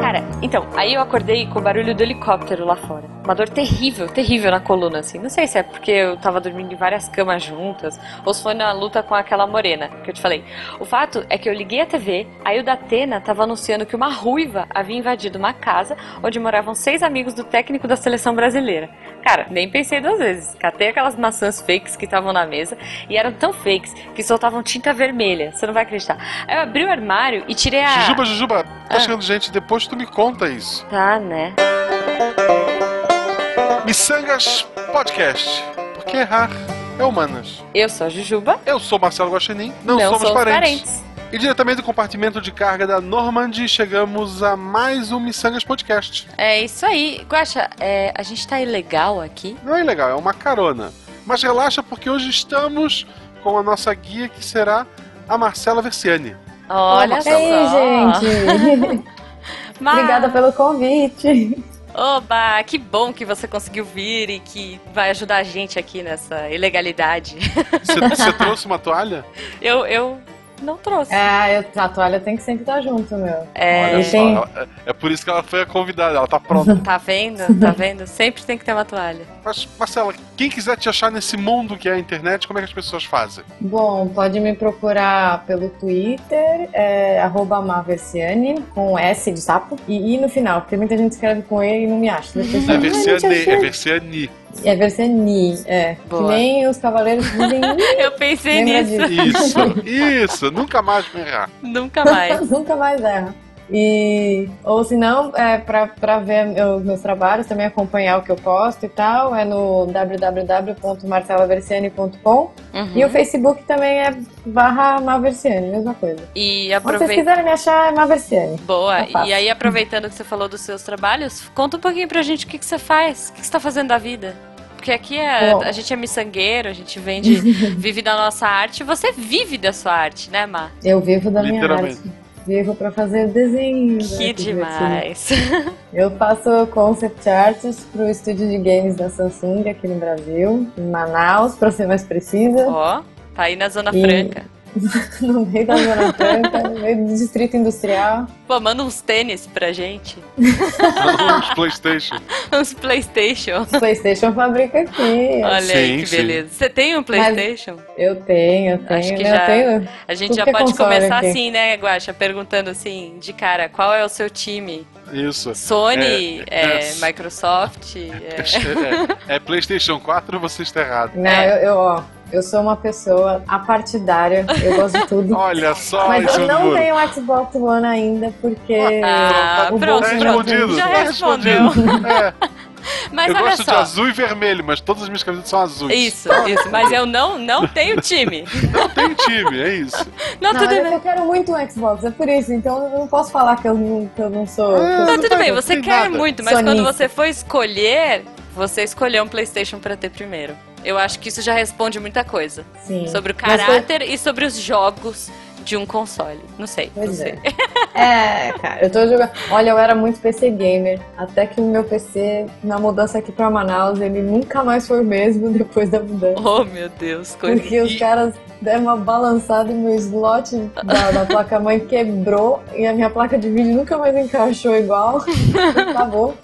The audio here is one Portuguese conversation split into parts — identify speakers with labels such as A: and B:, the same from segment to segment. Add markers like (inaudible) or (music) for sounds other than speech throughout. A: Cara, então, aí eu acordei com o barulho do helicóptero lá fora. Uma dor terrível, terrível na coluna, assim. Não sei se é porque eu tava dormindo em várias camas juntas, ou se foi na luta com aquela morena que eu te falei. O fato é que eu liguei a TV, aí o da Atena tava anunciando que uma ruiva havia invadido uma casa onde moravam seis amigos do técnico da seleção brasileira. Cara, nem pensei duas vezes. Catei aquelas maçãs fakes que estavam na mesa e eram tão fakes que soltavam tinta vermelha. Você não vai acreditar. Aí eu abri o armário e tirei a.
B: Jujuba, Jujuba, tá chegando gente, depois tu me conta isso.
A: Tá, né?
B: Missangas Podcast. Porque errar é humanas.
A: Eu sou a Jujuba.
B: Eu sou Marcelo Guaxinim, não, somos
A: somos
B: parentes. E diretamente do compartimento de carga da Normandy, chegamos a mais um Missangas Podcast.
A: É isso aí. Guaxa, é, a gente tá ilegal aqui.
B: Não é legal, é uma carona. Mas relaxa, porque hoje estamos com a nossa guia, que será a Marcela Versiani.
A: Olha
B: Marcelo.
A: só.
C: Ei, gente! (laughs)
A: Mas-
C: Obrigada pelo convite.
A: Oba, que bom que você conseguiu vir e que vai ajudar a gente aqui nessa ilegalidade. (laughs)
B: (laughs) Você trouxe uma toalha?
A: Eu, eu não trouxe.
C: Ah, eu, a toalha tem que sempre estar junto, meu.
A: É,
B: Olha
C: e
B: só,
C: tem-
B: ela- é por isso que ela foi a convidada, ela tá pronta.
A: tá
C: (laughs)
A: vendo? Tá vendo? Sempre tem que ter uma toalha.
B: Mas, Marcela, quem quiser te achar nesse mundo que é a internet, como é que as pessoas fazem?
C: Bom, pode me procurar pelo Twitter, é, arroba Maversiane, com S de sapo, e I no final, porque muita gente escreve com E e não me acha. Depois
B: É
C: fala, "Ai, não te
B: Versiani, é
C: achei".
B: Versiani.
C: É Versiani, é.
A: Boa.
C: Que nem os cavaleiros (laughs) dizem, "Ih,
A: Eu pensei
C: Lembra
A: nisso.
C: disso.
B: é Isso, isso, nunca mais vou
C: (laughs)
B: errar.
A: Nunca mais.
C: Nunca mais erra. E, ou se não, é, pra, pra ver os meus trabalhos, também acompanhar o que eu posto e tal, é no www.marcelaversiani.com
A: Uhum.
C: e o Facebook também é barra Maversiani, mesma coisa.
A: E
C: Se vocês
A: aproveita.
C: quiserem me achar, é Maversiani.
A: Boa.
C: Eu Então faço.
A: E aí, aproveitando que você falou dos seus trabalhos, conta um pouquinho pra gente o que, que você faz, o que, que você tá fazendo da vida. Porque aqui é,
C: Bom.
A: a gente é miçangueiro, a gente
C: (laughs)
A: vende, vive da nossa arte. Você vive da sua arte, né, Má?
C: Eu vivo da minha
B: Literalmente.
C: arte. Vivo pra fazer desenhos.
A: Que
C: né, divertido. (laughs)
A: demais.
C: Eu faço concept arts pro estúdio de games da Samsung aqui no Brasil, em Manaus, pra ser mais precisa.
A: Ó, tá aí na Zona
C: E-
A: Franca.
C: no meio da Zona Franca, no meio do Distrito Industrial.
A: Pô, manda uns tênis pra gente. (laughs)
B: Os Playstation.
A: Uns Playstation.
C: Os Playstation fabrica aqui.
A: Olha aí
B: Sim,
A: que
B: sim.
A: beleza. Você tem um Playstation?
C: Eu tenho, eu tenho.
A: Acho que
C: né?
A: já-
C: Eu tenho.
A: A gente
C: Tudo
A: já
C: que é
A: pode
C: console
A: começar
C: aqui.
A: assim, né, Guaxa? Perguntando assim, de cara, qual é o seu time?
B: Isso.
A: Sony,
B: É, é,
A: é, Microsoft? é-
B: É, é PlayStation 4, você está errado.
C: Não,
A: é.
C: eu, eu, ó, eu sou uma pessoa apartidária, eu gosto de tudo.
B: Olha só
C: Mas
B: isso
C: eu
B: do
C: não
B: muro.
C: tenho um Xbox One ainda, porque.
A: Ah,
C: o
A: pronto,
B: Tá
C: bolso já-
A: pronto.
B: respondido.
A: Já
B: tá
A: respondeu.
B: respondido. É,
A: Mas
B: eu
A: olha
B: gosto de
A: só.
B: azul e vermelho, mas todas as minhas camisetas são azuis.
A: Isso, isso. Mas eu não, não tenho time.
B: Não tem time, é isso.
A: Não,
C: Não,
A: tá tudo
C: eu,
A: bem.
C: eu quero muito um Xbox, é por isso, então eu não posso falar que eu não, que eu não sou. que eu-
B: Ah,
A: Não, tudo bem,
B: não
A: você
B: tem
A: quer
B: nada.
A: muito, mas
C: Sou
A: quando
C: nisso.
A: você for escolher, você escolheu um PlayStation pra ter primeiro. Eu acho que isso já responde muita coisa
C: Sim.
A: sobre o
C: Mas eu-
A: caráter e sobre os jogos de um console. Não sei, não
C: Pois é.
A: sei. (laughs)
C: É, cara, eu tô jogando. Olha, eu era muito PC gamer. Até que o meu PC, na mudança aqui pra Manaus, ele nunca mais foi o mesmo (laughs) depois da mudança.
A: Oh, meu Deus, coisa.
C: Porque os caras deram uma balançada e meu slot da, da placa-mãe quebrou e a minha placa de vídeo nunca mais encaixou
A: (laughs)
C: igual. Acabou.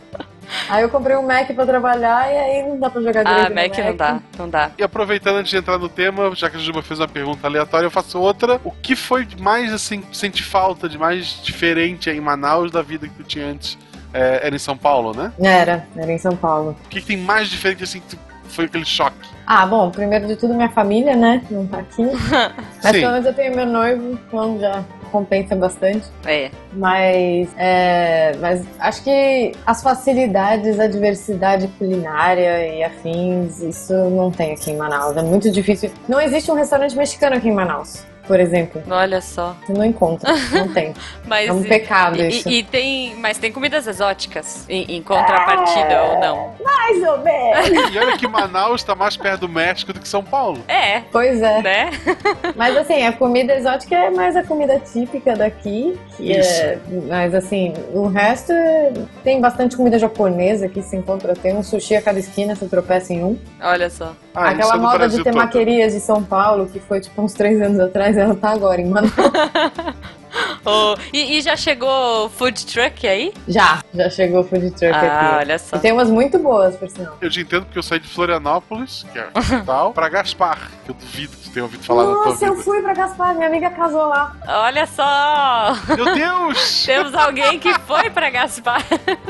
C: Aí eu comprei um Mac pra trabalhar e aí não dá pra jogar
A: Ah,
C: direito no
A: Mac não dá, não dá.
B: E aproveitando antes de entrar no tema, já que a Juba fez uma pergunta aleatória, eu faço outra. O que foi de mais, assim, que sente falta, de mais diferente aí em Manaus da vida que tu tinha antes? É, era em São Paulo, né?
C: Era, era em São Paulo.
B: O que, que tem mais diferente, assim, que tu- foi aquele choque?
C: Ah, bom, primeiro de tudo minha família, né? Não tá aqui. Mas
B: Sim.
C: pelo menos eu tenho meu noivo, então já compensa bastante.
A: É.
C: Mas, é, mas acho que as facilidades, a diversidade culinária e afins, isso não tem aqui em Manaus. É muito difícil. Não existe um restaurante mexicano aqui em Manaus, por exemplo.
A: Olha só.
C: Você não encontra, não
A: (laughs)
C: tem.
A: Mas
C: É um pecado
A: e-
C: isso.
A: e, e tem, mas tem comidas exóticas em, em contrapartida ou não?
C: Mais ou menos. (laughs)
B: E olha que Manaus tá mais perto do México do que São Paulo.
A: É,
C: Pois é.
A: né?
C: Mas assim, a comida exótica é mais a comida típica daqui. Que é, mas assim, o resto é- tem bastante comida japonesa que se encontra. Tem um sushi a cada esquina, você tropeça em um.
A: Olha só.
B: Ah, isso
C: Aquela
B: é do
C: moda
B: Brasil
C: de ter
B: todo.
C: maquerias de São Paulo, que foi tipo uns três anos atrás, ela tá agora em Manaus.
D: Oh, e, e já chegou food truck aí?
C: (laughs) Já, já chegou o food truck
D: Ah,
C: aqui.
D: olha só.
B: tá.
C: E tem umas muito boas, por sinal.
B: Eu te entendo porque eu saí de Florianópolis, que é a capital, pra Gaspar, que eu duvido que tu tenha ouvido falar da
C: Nossa,
B: tua
C: eu
B: vida.
C: fui pra Gaspar, minha amiga casou lá.
D: Olha só!
B: Meu Deus!
D: Temos alguém que foi pra Gaspar.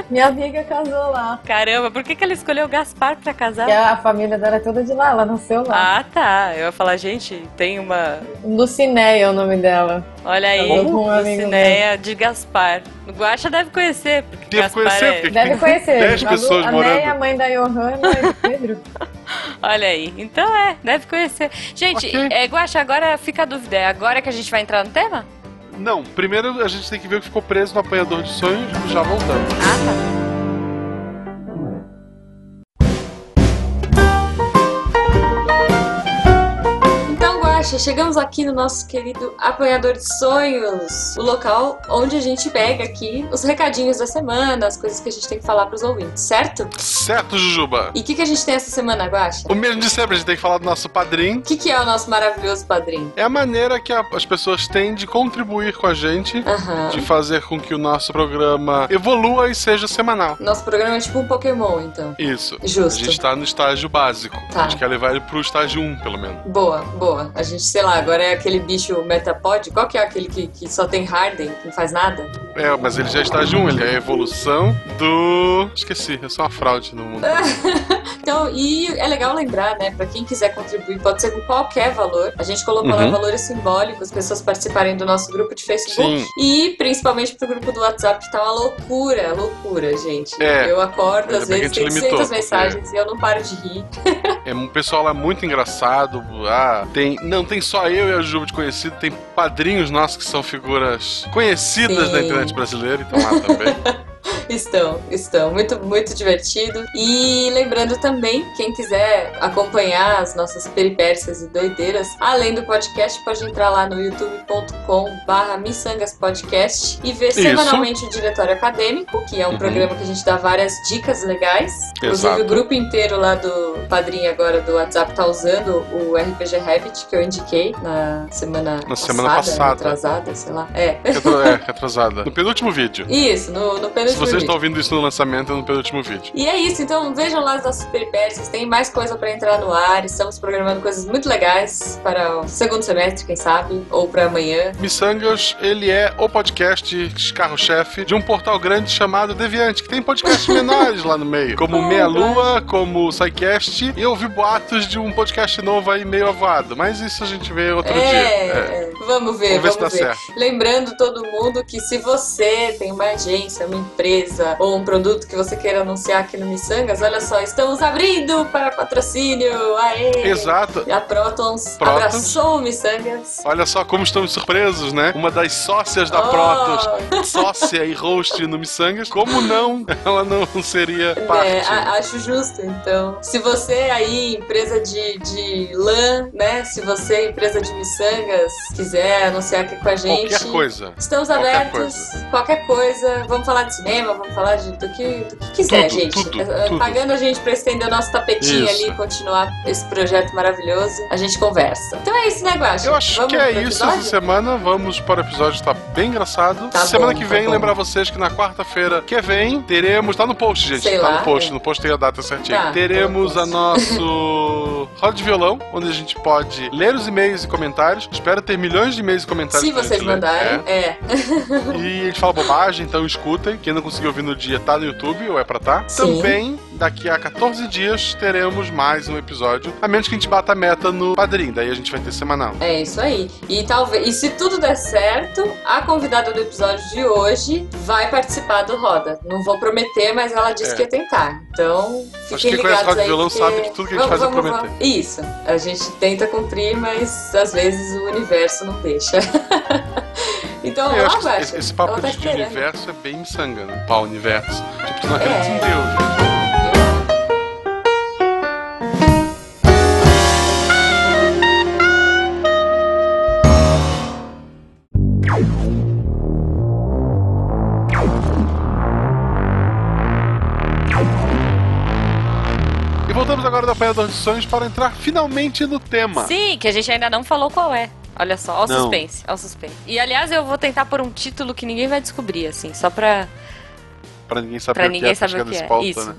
C: Minha amiga casou lá.
D: Caramba, por que, que ela escolheu Gaspar pra casar?
C: E a família dela é toda de lá, ela nasceu lá.
D: Ah, tá. Eu ia falar, gente, tem uma.
B: Ah.
C: Lucinéia é o nome dela.
D: Olha aí,
C: Tá bom, amigo
D: Lucinéia de Gaspar. O Guaxa deve conhecer, porque
B: Devo
D: Gaspar
B: conhecer,
D: é...
B: porque-
C: Deve conhecer.
B: Dez
C: a
B: pessoas
C: a
B: morando.
C: Neia, a mãe da Johanna e do Pedro.
D: Olha aí. Então é, deve conhecer. Gente,
B: Ok.
D: é, Guaxa, agora fica a dúvida. É agora que a gente vai entrar no tema?
B: Não, primeiro a gente tem que ver o que ficou preso no apanhador de sonhos, já voltamos.
D: Ah,
A: Então, Guaxa, chegamos aqui no nosso querido Apanhador de Sonhos, o local onde a gente pega aqui os recadinhos da semana, as coisas que a gente tem que falar pros ouvintes, certo?
B: Certo, Jujuba?
A: E o que, que a gente tem essa semana, Guaxa?
B: O mesmo de sempre, a gente tem que falar do nosso padrinho.
A: O que, que é o nosso maravilhoso padrinho?
B: É a maneira que a- as pessoas têm de contribuir com a gente,
A: Aham.
B: de fazer com que o nosso programa evolua e seja semanal.
A: Nosso programa é tipo um (laughs) Pokémon, então.
B: Isso. A
A: Justo.
B: gente tá no estágio básico.
A: Tá.
B: A gente quer levar ele pro estágio 1, pelo menos.
A: Boa, boa. A gente, sei lá, agora é aquele bicho Metapod. Qual que é aquele que, que só tem Harden, que não faz nada?
B: É, mas ele já é estágio 1, ele é a evolução do. Esqueci, eu sou uma fraude no mundo.
A: Então, e é legal lembrar, né, Pra quem quiser contribuir, pode ser com qualquer valor. A gente colocou lá
B: Uhum.
A: valores simbólicos, as pessoas participarem do nosso grupo de Facebook
B: Sim.
A: e principalmente pro grupo do WhatsApp, que tá uma loucura, loucura, gente.
B: É.
A: Eu acordo,
B: Ainda
A: às
B: bem que
A: vezes
B: a gente
A: tem
B: limitou,
A: 200 mensagens e eu não paro de rir.
B: É um pessoal lá muito engraçado. Ah, tem. Não tem só eu e a Juba de conhecido, tem padrinhos nossos que são figuras conhecidas
A: Sim.
B: da internet brasileira, então lá também.
A: (laughs) Estão, estão. Muito, muito divertido. E lembrando também, quem quiser acompanhar as nossas peripécias e doideiras, além do podcast, pode entrar lá no youtube.com barra Podcast e ver
B: Isso.
A: semanalmente o Diretório Acadêmico, que é um
B: Uhum.
A: programa que a gente dá várias dicas legais. Inclusive,
B: Exato.
A: o grupo inteiro lá do padrinho agora do WhatsApp tá usando o RPG Rabbit, que eu indiquei na semana
B: Na semana passada.
A: Atrasada, sei lá. É.
B: Retro- É, retrasada. No penúltimo vídeo.
A: Isso, no, no
B: Se
A: penúltimo
B: vocês
A: vídeo.
B: estão ouvindo isso no lançamento, é no penúltimo vídeo.
A: E é isso, então vejam lá as nossas peripécias, tem mais coisa pra entrar no ar, estamos programando coisas muito legais para o segundo semestre, quem sabe, ou pra amanhã.
B: Missangas, ele é o podcast carro-chefe de um portal grande chamado Deviante, que
A: (laughs)
B: tem podcasts menores lá no meio, como
A: Oh,
B: Meia Lua, como Psycast, e eu ouvi boatos de um podcast novo aí meio avoado, mas isso a gente vê outro
A: é,
B: dia.
A: é. vamos ver,
B: Vamos ver se dá
A: vamos ver.
B: certo.
A: Lembrando todo mundo que se você tem uma agência, uma empresa ou um produto que você queira anunciar aqui no Missangas, olha só, estamos abrindo para patrocínio! Aê!
B: Exato.
A: A Protons,
B: Protons.
A: abraçou o Missangas.
B: Olha só como estamos surpresos, né? Uma das sócias da
A: Oh, (laughs)
B: Protos, sócia e host no Missangas, como não? (laughs) Ela não seria parte. um.
A: É, a- acho justo, então. Se você aí, empresa de, de lã, né? Se você, empresa de miçangas, quiser anunciar aqui com a gente.
B: Qualquer coisa.
A: Estamos
B: Qualquer
A: abertos, qualquer coisa. Vamos falar de cinema, vamos falar de, do, que, do que quiser,
B: Tudo,
A: gente.
B: tudo,
A: É, é,
B: tudo.
A: Pagando a gente pra estender o nosso tapetinho
B: Isso.
A: ali e continuar esse projeto maravilhoso, a gente conversa. Então é isso, né, Guaxa?
B: Eu acho
A: Vamos
B: que é
A: pro
B: isso
A: episódio?
B: essa semana. Vamos para o episódio, tá bem engraçado.
A: Tá
B: semana
A: bom,
B: que
A: tá
B: vem,
A: bom.
B: lembrar vocês que na quarta-feira que vem teremos. Tá no post, gente.
A: Sei
B: tá
A: lá,
B: no post.
A: é.
B: No post tem a data certinha.
A: Tá,
B: teremos
A: tá
B: a
A: no (laughs)
B: nosso roda de violão, onde a gente pode ler os e-mails e comentários. Espero ter milhões de e-mails e comentários.
A: Se
B: pra gente
A: vocês
B: ler.
A: mandarem,
B: É.
A: é.
B: E a gente fala bobagem, então escutem. Quem não conseguiu ouvir no dia, tá no YouTube ou é pra tá.
A: Sim.
B: Também, daqui a 14 dias, teremos mais um episódio. A menos que a gente bata a meta no padrinho. Daí a gente vai ter semanal.
A: É isso aí. E talvez, e se tudo der certo, a convidada do episódio de hoje vai participar do Roda. Não vou prometer, mas ela disse
B: É.
A: que ia tentar. Então,
B: Acho
A: fiquem
B: que quem conhece
A: ligados
B: Roda
A: aí.
B: de Violão sabe que tudo que a gente
A: Vamos-
B: faz é
A: vamos-
B: prometer.
A: vamos- Isso. A gente tenta cumprir, mas às vezes o universo não deixa. então,
B: Eu
A: lá
B: acho que
A: vai.
B: esse, esse
A: Ela
B: papo
A: tá
B: de, de
A: esperando.
B: universo é bem miçanga, né? Pau universo. Tipo, tu não acredita em
A: É.
B: Deus. né? E Voltamos agora do Apanhador de Sonhos para entrar finalmente no tema.
D: tá. Sim, que a gente ainda não falou qual é.
A: Olha só, ao
B: Não.
A: suspense, ao suspense. E aliás, eu vou tentar por um título que ninguém vai descobrir, assim, só pra,
B: Pra ninguém saber
A: pra
B: o que
A: ninguém
B: é
A: saber o
B: Pescando
A: que é.
B: Espalta,
A: isso,
B: né?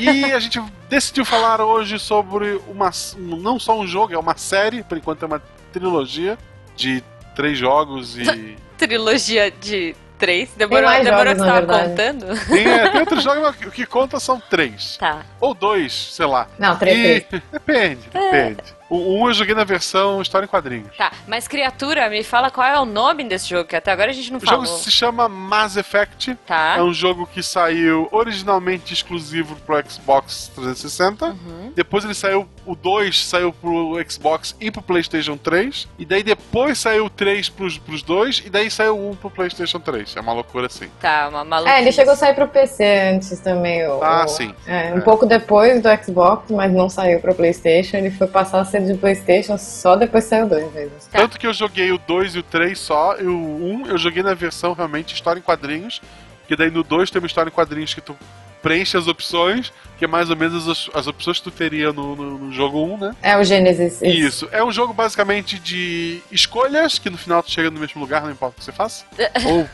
A: isso.
B: E a gente decidiu falar hoje sobre uma. Não só um jogo, é uma série, por enquanto é uma trilogia de três jogos
C: (laughs)
B: e.
A: Trilogia de três. Demorou,
C: mais
A: demorou
C: jogos,
A: que você
C: na
A: tava
C: verdade.
A: contando?
B: Tem, é, tem outros jogos, mas o que conta são três.
A: Tá.
B: Ou dois, sei lá.
C: Não, três,
B: E-
C: três. É.
B: Depende, depende. O um eu joguei na versão História em Quadrinhos.
A: Tá, mas criatura, me fala qual é o nome desse jogo, que até agora a gente não
B: O
A: falou.
B: jogo se chama Mass Effect.
A: Tá.
B: É um jogo que saiu originalmente exclusivo pro Xbox 360.
A: Uhum.
B: Depois ele saiu, o 2 saiu pro Xbox e pro PlayStation 3. E daí depois saiu o 3 pros, pros dois. E daí saiu o 1 pro PlayStation 3. É uma loucura assim.
A: Tá, uma maluca.
C: É, ele chegou a sair pro PC antes também. O,
B: Ah,
C: o-
B: sim.
C: é, um
B: É.
C: pouco depois do Xbox, mas não saiu pra PlayStation. Ele foi passar a ser de PlayStation só depois saiu dois vezes.
A: Tá.
B: Tanto que eu joguei o 2 e o 3 só. E o 1 eu joguei na versão realmente história em quadrinhos. Que daí no 2 tem uma história em quadrinhos que tu preenche as opções. Que é mais ou menos as, as opções que tu teria no, no- no jogo 1, né?
C: É o Genesis.
B: Isso. É um jogo basicamente de escolhas. Que no final tu chega no mesmo lugar, não importa o que você faça.
A: É,
B: (laughs) Ou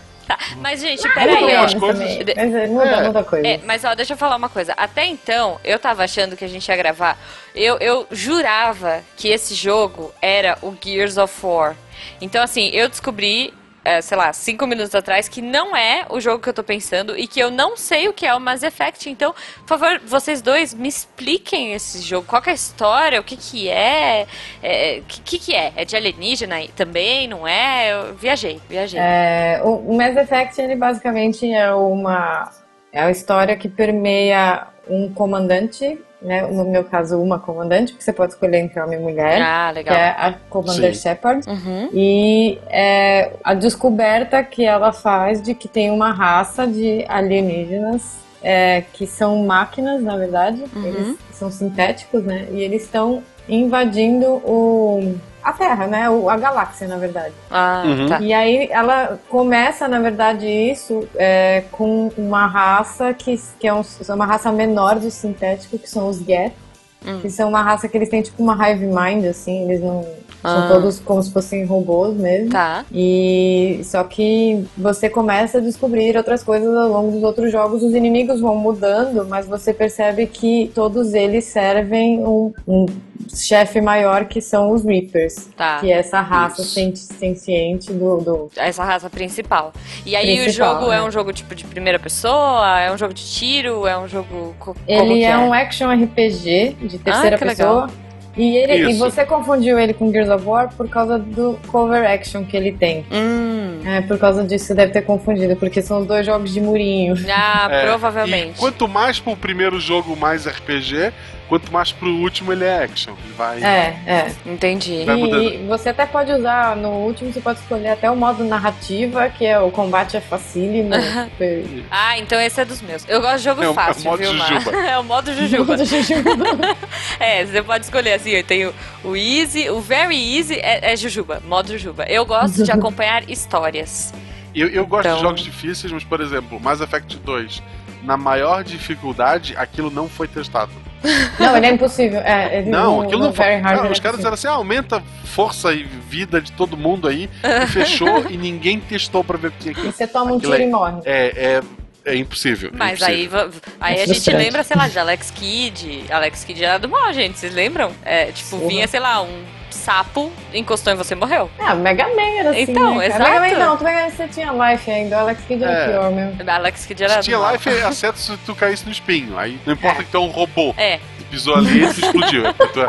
A: Mas, gente,
C: Mas
A: peraí.
C: é,
A: ó.
B: as coisas-
C: também. Mas é, muda
B: É.
C: muita coisa.
A: É, mas ó, deixa eu falar uma coisa. Até então, eu tava achando que a gente ia gravar. Eu, eu jurava que esse jogo era o Gears of War. Então, assim, eu descobri, é, sei lá, cinco minutos atrás, que não é o jogo que eu tô pensando e que eu não sei o que é o Mass Effect. Então, por favor, vocês dois me expliquem esse jogo. Qual que é a história? O que que é? O é, que, que que é? É de alienígena aí também? Não é? Eu viajei, viajei.
C: É, o o Mass Effect, ele basicamente é uma, é uma história que permeia um comandante, né? No meu caso, uma comandante, porque você pode escolher entre homem e mulher,
A: Ah,
C: que é
A: legal.
C: a Commander
B: Sim.
C: Shepard.
A: Uhum.
C: E é, a descoberta que ela faz de que tem uma raça de alienígenas é, que são máquinas, na verdade,
A: Uhum.
C: eles são sintéticos, né? E eles estão invadindo o, a Terra, né? O, a galáxia, na verdade.
A: Ah,
B: Uhum.
A: tá.
C: E aí ela começa, na verdade, isso é, com uma raça que, que é um- uma raça menor do sintético, que são os Geth.
A: Hum.
C: Que são uma raça que eles têm tipo uma hive mind, assim, eles não. São
A: Ah.
C: todos como se fossem robôs mesmo.
A: Tá.
C: E só que você começa a descobrir outras coisas ao longo dos outros jogos. Os inimigos vão mudando, mas você percebe que todos eles servem um, um chefe maior que são os Reapers,
A: Tá.
C: que é essa raça
B: Isso.
C: sen- senciente do, do-
A: essa raça principal. E aí
C: Principal,
A: o jogo é
C: né?
A: um jogo tipo de primeira pessoa, é um jogo de tiro, é um jogo co- como
C: Ele
A: que Ah,
C: é um action RPG de terceira
A: que
C: pessoa. E, ele, e
B: Isso.
C: você confundiu ele com Gears of War por causa do cover action que ele tem.
A: Hum.
C: É, por causa disso você deve ter confundido, porque são os dois jogos de murinho.
A: Ah,
B: É, E
A: provavelmente.
B: quanto mais pro primeiro jogo, mais RPG, quanto mais pro último, ele é action. Ele vai.
C: É, é.
A: Entendi.
B: Vai mudando.
C: E, e você até pode usar, no último você pode escolher até o modo narrativa, que é o combate é facílimo.
A: (laughs)
C: super-
A: Ah, então esse é dos meus. Eu gosto de jogo
B: É o- é o
A: fácil,
B: modo
A: viu, Mar? (laughs)
B: Jujuba.
A: É o
C: (laughs)
A: modo Jujuba. É, você pode escolher assim, eu tenho o easy, o very easy é, é Jujuba, modo Jujuba. Eu gosto
C: (laughs)
A: de acompanhar histórias.
B: Eu, eu gosto
A: Então-
B: de jogos difíceis, mas, por exemplo, Mass Effect 2, na maior dificuldade, aquilo não foi testado.
C: não, ele é impossível. É,
A: Uhum,
C: ele
B: não,
C: não,
B: aquilo
C: no
B: não foi.
C: Very Hard.
B: Ah,
C: ele
B: os caras
C: é impossível.
B: disseram assim: ah, aumenta força e vida de todo mundo aí, e
A: (laughs)
B: fechou, e ninguém testou pra ver o que tinha
C: E
B: que.
C: você toma um
B: Aquilo
C: tiro
B: é-
C: e morre.
B: É, é, é impossível. é
A: Mas
B: impossível.
A: aí, va- aí a
C: É
A: gente
C: frustrante.
A: lembra, sei lá, de Alex Kidd. Alex Kidd era do mal, gente, vocês lembram? É, tipo,
C: Porra.
A: vinha, sei lá, um sapo, encostou em você e morreu.
C: Ah, Mega Man era assim.
A: Então,
C: né, cara?
A: exato.
C: Mega Man não, tu Mega Man você tinha life ainda. O Alex Kidd era
B: É.
C: pior mesmo.
A: Alex Kidd era do
B: Tinha
A: mal.
B: life acerto se tu caísse no espinho. Aí não importa
C: É.
B: que tu é um robô.
A: É.
B: Tu pisou ali e tu explodiu. É porque, tu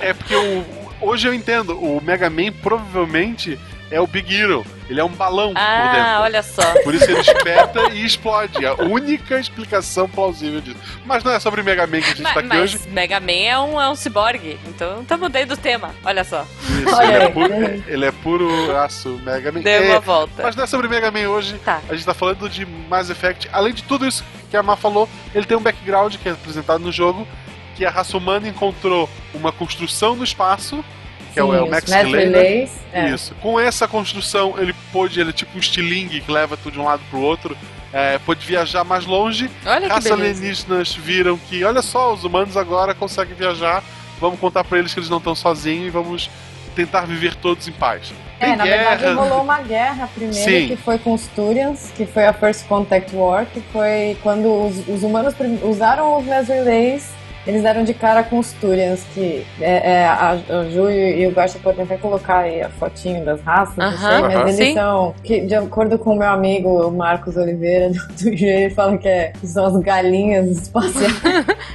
B: é- é porque o- hoje eu entendo, o Mega Man provavelmente é o Big Hero. Ele é um balão por dentro.
A: Ah, olha
B: (laughs)
A: só.
B: Por isso ele espeta e explode. É a única explicação plausível disso. Mas não é sobre o Mega Man que a gente
A: Ma-
B: tá aqui
A: mas
B: hoje.
A: Mega Man é um, é um ciborgue, então eu mudei do tema. Olha só,
B: Isso,
C: Olha
B: ele, é
C: aí.
B: puro, ele é puro aço Mega Man.
A: deu
B: É,
A: uma volta.
B: mas não é sobre Mega Man hoje.
A: Tá.
B: A gente tá falando de Mass Effect. Além de tudo isso que a Mar falou, ele tem um background que é apresentado no jogo, que a raça humana encontrou uma construção no espaço, que é o, é o
C: Sim,
B: Max
C: os Mass
B: Delay, né?
C: Relays, é.
B: Isso. Com essa construção, ele pôde, ele é tipo um estilingue que leva tudo de um lado pro outro, é, pôde viajar mais longe.
A: Olha que
B: Caça
A: beleza.
B: alienígenas viram que, olha só, os humanos agora conseguem viajar, vamos contar pra eles que eles não estão sozinhos e vamos tentar viver todos em paz.
C: É,
B: Tem
C: na
B: guerra.
C: verdade rolou uma guerra primeiro,
B: Sim.
C: que foi com os Turians, que foi a First Contact War, que foi quando os, os humanos prim- usaram os Mass Relays, eles deram de cara com os Turians, que é, é, a, a Ju e, e o Guaxa podem até colocar aí a fotinho das raças, não sei,
A: Aham,
C: mas eles
A: sim.
C: são, que, de acordo com o meu amigo o Marcos Oliveira (laughs) do Twitter, ele fala que, é, que são as galinhas espaciais.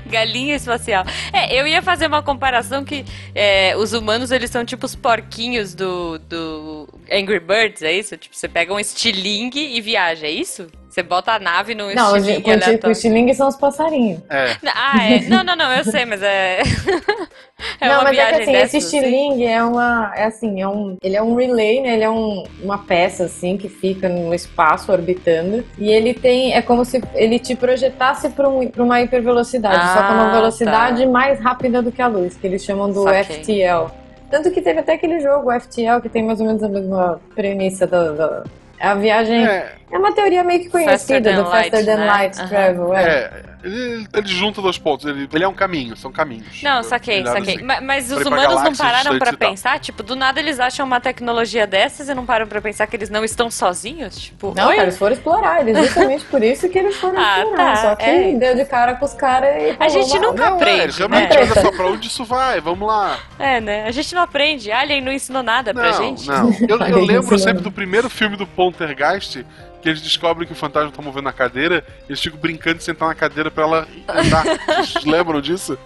A: Galinha espacial. É, eu ia fazer uma comparação que é, os humanos, eles são tipo os porquinhos do, do Angry Birds, é isso? Tipo, você pega um estilingue e viaja, é isso? Você bota a nave num
C: não, os,
A: estilingue
C: os,
A: aleatório.
C: os estilingues são os passarinhos.
B: É.
A: Ah, é. Não, não, não, eu sei, mas é... (laughs) é
C: não,
A: uma
C: mas é
A: viagem
C: que assim,
A: dessas,
C: esse estilingue é uma. É assim, é um. Ele é um relay, né? Ele é um- uma peça, assim, que fica no espaço orbitando. E ele tem. É como se ele te projetasse pra, um, pra uma hipervelocidade. só que
A: Ah,
C: uma
A: tá.
C: velocidade mais rápida do que a luz, que eles chamam do
A: Saquei.
C: FTL. Tanto que teve até aquele jogo, o FTL, que tem mais ou menos a mesma premissa do. do- a viagem. É.
B: É,
C: uma teoria meio que
A: Faster
C: conhecida
A: than
C: do Faster
A: light,
C: Than
A: né?
C: Light
A: Aham.
C: Travel. é.
B: é. Ele, ele junta dois pontos. Ele, ele é um caminho, são caminhos.
A: Não, saquei,
B: Melhor
A: saquei.
B: assim.
A: Ma- Mas, os
B: Pra ir pra
A: humanos não
B: galáxias
A: pararam pra
B: distantes e tal.
A: pensar? Tipo, do nada eles acham uma tecnologia dessas e não param pra pensar que eles não estão sozinhos? Tipo,
C: Não,
A: oi?
C: cara, eles foram explorar. Eles justamente por isso que eles foram
A: Ah,
C: explorar.
A: tá,
C: Só que
A: é.
C: deu de cara com os caras e.
A: A gente
C: falou,
A: nunca
B: Não, é,
A: aprende.
B: realmente,
C: né?
B: olha só, pra onde isso vai? Vamos lá.
A: É, né? A gente não aprende. Alien não ensinou nada É pra
B: Não,
A: gente. (laughs)
B: não. Eu, eu
C: Parece,
B: lembro
C: né?
B: sempre do primeiro filme do Poltergeist, que eles descobrem que o fantasma tá movendo a cadeira, eles ficam brincando de sentar na cadeira pra ela
A: (laughs)
B: andar. Vocês lembram disso?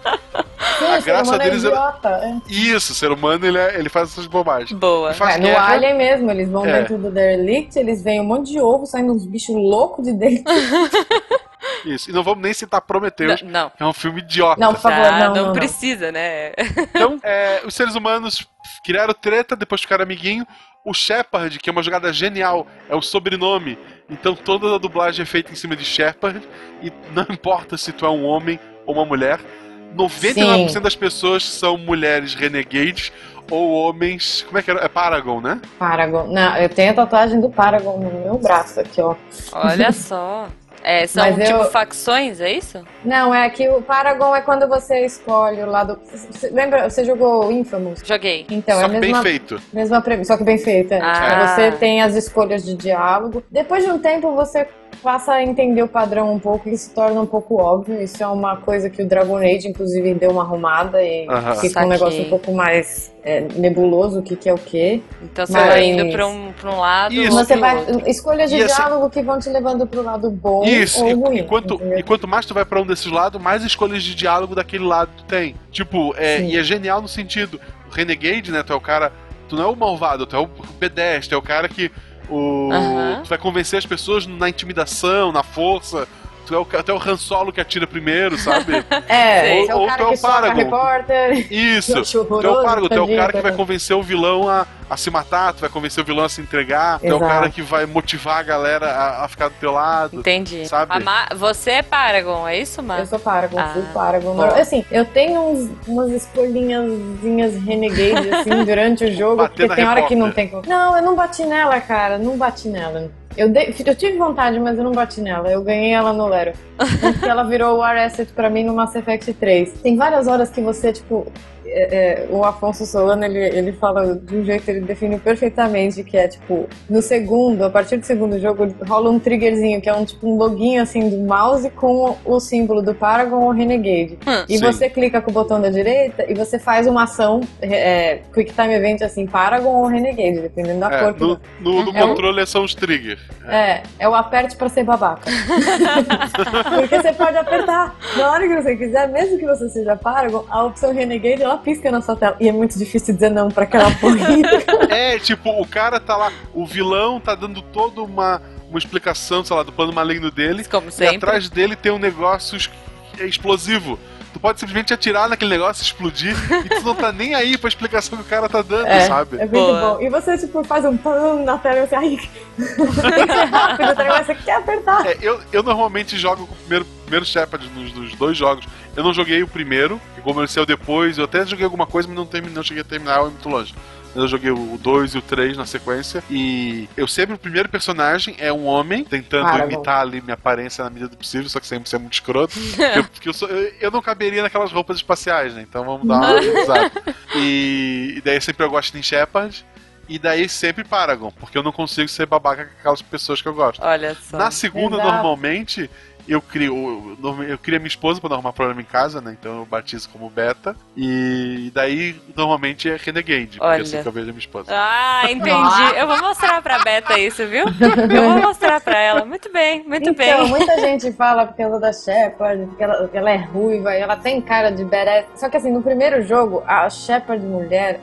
C: Sim,
B: A
C: o ser
B: graça
C: humano
B: deles
C: é
B: era-
C: idiota. É.
B: Isso, o ser humano ele, é- ele faz essas bobagens.
A: Boa.
B: E faz
C: É, no
B: guerra.
C: Alien mesmo, eles vão
B: É.
C: dentro do Derelict, eles veem um monte de ovo saindo uns bichos loucos de dentro.
A: (laughs)
B: Isso. E não vamos nem citar Prometheus.
A: Não, não.
B: É um filme idiota.
C: Não, por favor,
A: Já
C: não,
A: não,
C: não, não.
A: precisa, né?
B: Então, (laughs) é, os seres humanos criaram treta, depois ficaram amiguinho. O Shepard, que é uma jogada genial, é o sobrenome. Então toda a dublagem é feita em cima de Shepard. E não (laughs) importa se tu é um homem ou uma mulher. 99% das pessoas são mulheres renegades ou homens. Como é que era? É Paragon, né?
C: Paragon. Não, eu tenho a tatuagem do Paragon no meu braço aqui, ó.
A: (laughs) Olha só. É, são
C: Mas
A: tipo
C: eu-
A: facções, é isso?
C: Não, é que o Paragon é quando você escolhe o lado. c- c- Lembra, você jogou Infamous?
A: Joguei.
C: Então, é
B: Só
C: a
B: que bem
C: mesma
B: feito.
C: Mesma premissa, só que bem feita. Tipo,
A: Ah.
C: Você tem as escolhas de diálogo. Depois de um tempo, você passa a entender o padrão um pouco e se torna um pouco óbvio. Isso é uma coisa que o Dragon Age, inclusive, deu uma arrumada e
B: Aham.
C: fica
A: Saquei.
C: um negócio um pouco mais é, nebuloso, o que, que é o quê.
A: Então você
C: Mas-
A: vai indo pra um, pra um lado.
B: Isso.
A: ou
C: Você
A: pro
C: vai...
A: outro.
C: Escolhas de
B: E assim-
C: diálogo que vão te levando pro lado bom
B: Isso,
C: ou
B: e,
C: ruim.
B: e, quanto,
C: entendeu?
B: e quanto mais tu vai pra um desses lados, mais escolhas de diálogo daquele lado tu tem. Tipo, é,
C: Sim.
B: e é genial no sentido, o Renegade, né, tu é o cara, tu não é o malvado, tu é o pedestre, tu é o cara que o,
A: Aham.
B: tu vai convencer as pessoas na intimidação, na força, tu é o, ca- tu é o Han Solo que atira primeiro,
C: (laughs)
B: sabe?
C: É,
B: Ou-
C: você é
B: ou
C: o
B: tu é
C: cara
B: o
C: que soca
B: Paragon.
C: repórter. (laughs)
B: Isso,
C: Acho
B: Tu é o
C: horroroso,
B: cargo, tu é o
C: tadinho,
B: cara que vai
C: tadinho.
B: convencer o vilão a, a se matar, tu vai convencer o vilão a se entregar, tu é o
C: Exato.
B: cara que vai motivar a galera a, a ficar do teu lado.
A: Entendi.
B: Sabe?
A: A Ma- Você é Paragon, é isso,
C: Eu
A: Mar?
C: sou Paragon,
A: Ah,
C: fui Paragon.
A: boa.
C: Assim, eu tenho uns- umas escolhinhazinhas renegades, assim, durante o jogo,
B: Bater
C: porque
B: na
C: tem hora que não tem
B: repórter.
C: como. Não, eu não bati nela, cara, não bati nela. Eu, dei- eu tive vontade, mas eu não bati nela. Eu ganhei ela no Lero. Porque ela virou o War Asset pra mim no Mass Effect 3. Tem várias horas que você, tipo. é, é, o Afonso Solano, ele, ele fala de um jeito, ele define perfeitamente que é tipo, no segundo, a partir do segundo jogo, rola um triggerzinho, que é um tipo um loguinho assim do mouse com o símbolo do Paragon ou Renegade.
A: Hum.
C: e
B: Ah, Sim.
C: você clica com o botão da direita e você faz uma ação, é, Quick Time Event assim, Paragon ou Renegade, dependendo da
B: É,
C: cor. que
B: no no, no
A: Uhum.
B: controle são os triggers.
C: é, é o aperte pra ser babaca. Porque você pode apertar na hora que você quiser, mesmo que você seja Paragon, a opção Renegade ela pisca na sua tela. E é muito difícil dizer não pra aquela porra.
B: É, tipo, o cara tá lá, o vilão tá dando toda uma, uma explicação, sei lá, do plano maligno dele.
A: Como
B: E
A: sempre.
B: atrás dele tem um negócio es- é explosivo. Tu pode simplesmente atirar naquele negócio, explodir, e tu não tá nem aí pra explicação que o cara tá dando,
C: É.
B: sabe?
C: É muito
A: Boa.
C: bom. E você, tipo, faz um pam na tela e você, ai, (laughs) tem que ser rápido, tá ligado? Você quer apertar.
B: É, eu, eu normalmente jogo com o primeiro, primeiro Shepard nos, nos dois jogos. Eu não joguei o primeiro, que como ele saiu depois, eu até joguei alguma coisa, mas não, terminei, não cheguei a terminar, é muito longe. Eu joguei o 2 e o 3 na sequência. E eu sempre, o primeiro personagem é um homem, tentando
C: Paragon.
B: imitar ali minha aparência na medida do possível, só que sempre isso é muito escroto. eu, porque eu, sou- eu- eu não caberia naquelas roupas espaciais, né? Então vamos dar uma organizada. E, e daí sempre eu gosto de Shepard. E daí sempre Paragon, porque eu não consigo ser babaca com aquelas pessoas que eu gosto.
A: Olha só.
B: Na segunda,
C: Exato.
B: normalmente, eu crio. Eu, eu crio a minha esposa pra não arrumar problema em casa, né? Então eu batizo como beta. E daí, normalmente, é Renegade, porque é
A: Olha.
B: assim que eu vejo a minha esposa.
A: Ah, entendi.
E: Nossa.
A: Eu vou mostrar pra Beta isso, viu? Eu vou mostrar pra ela. Muito bem, muito
C: Então,
A: bem.
C: muita gente fala porque ela é da Shepard, porque ela, porque ela é ruiva, e ela tem cara de badass. Só que assim, no primeiro jogo, a Shepard mulher.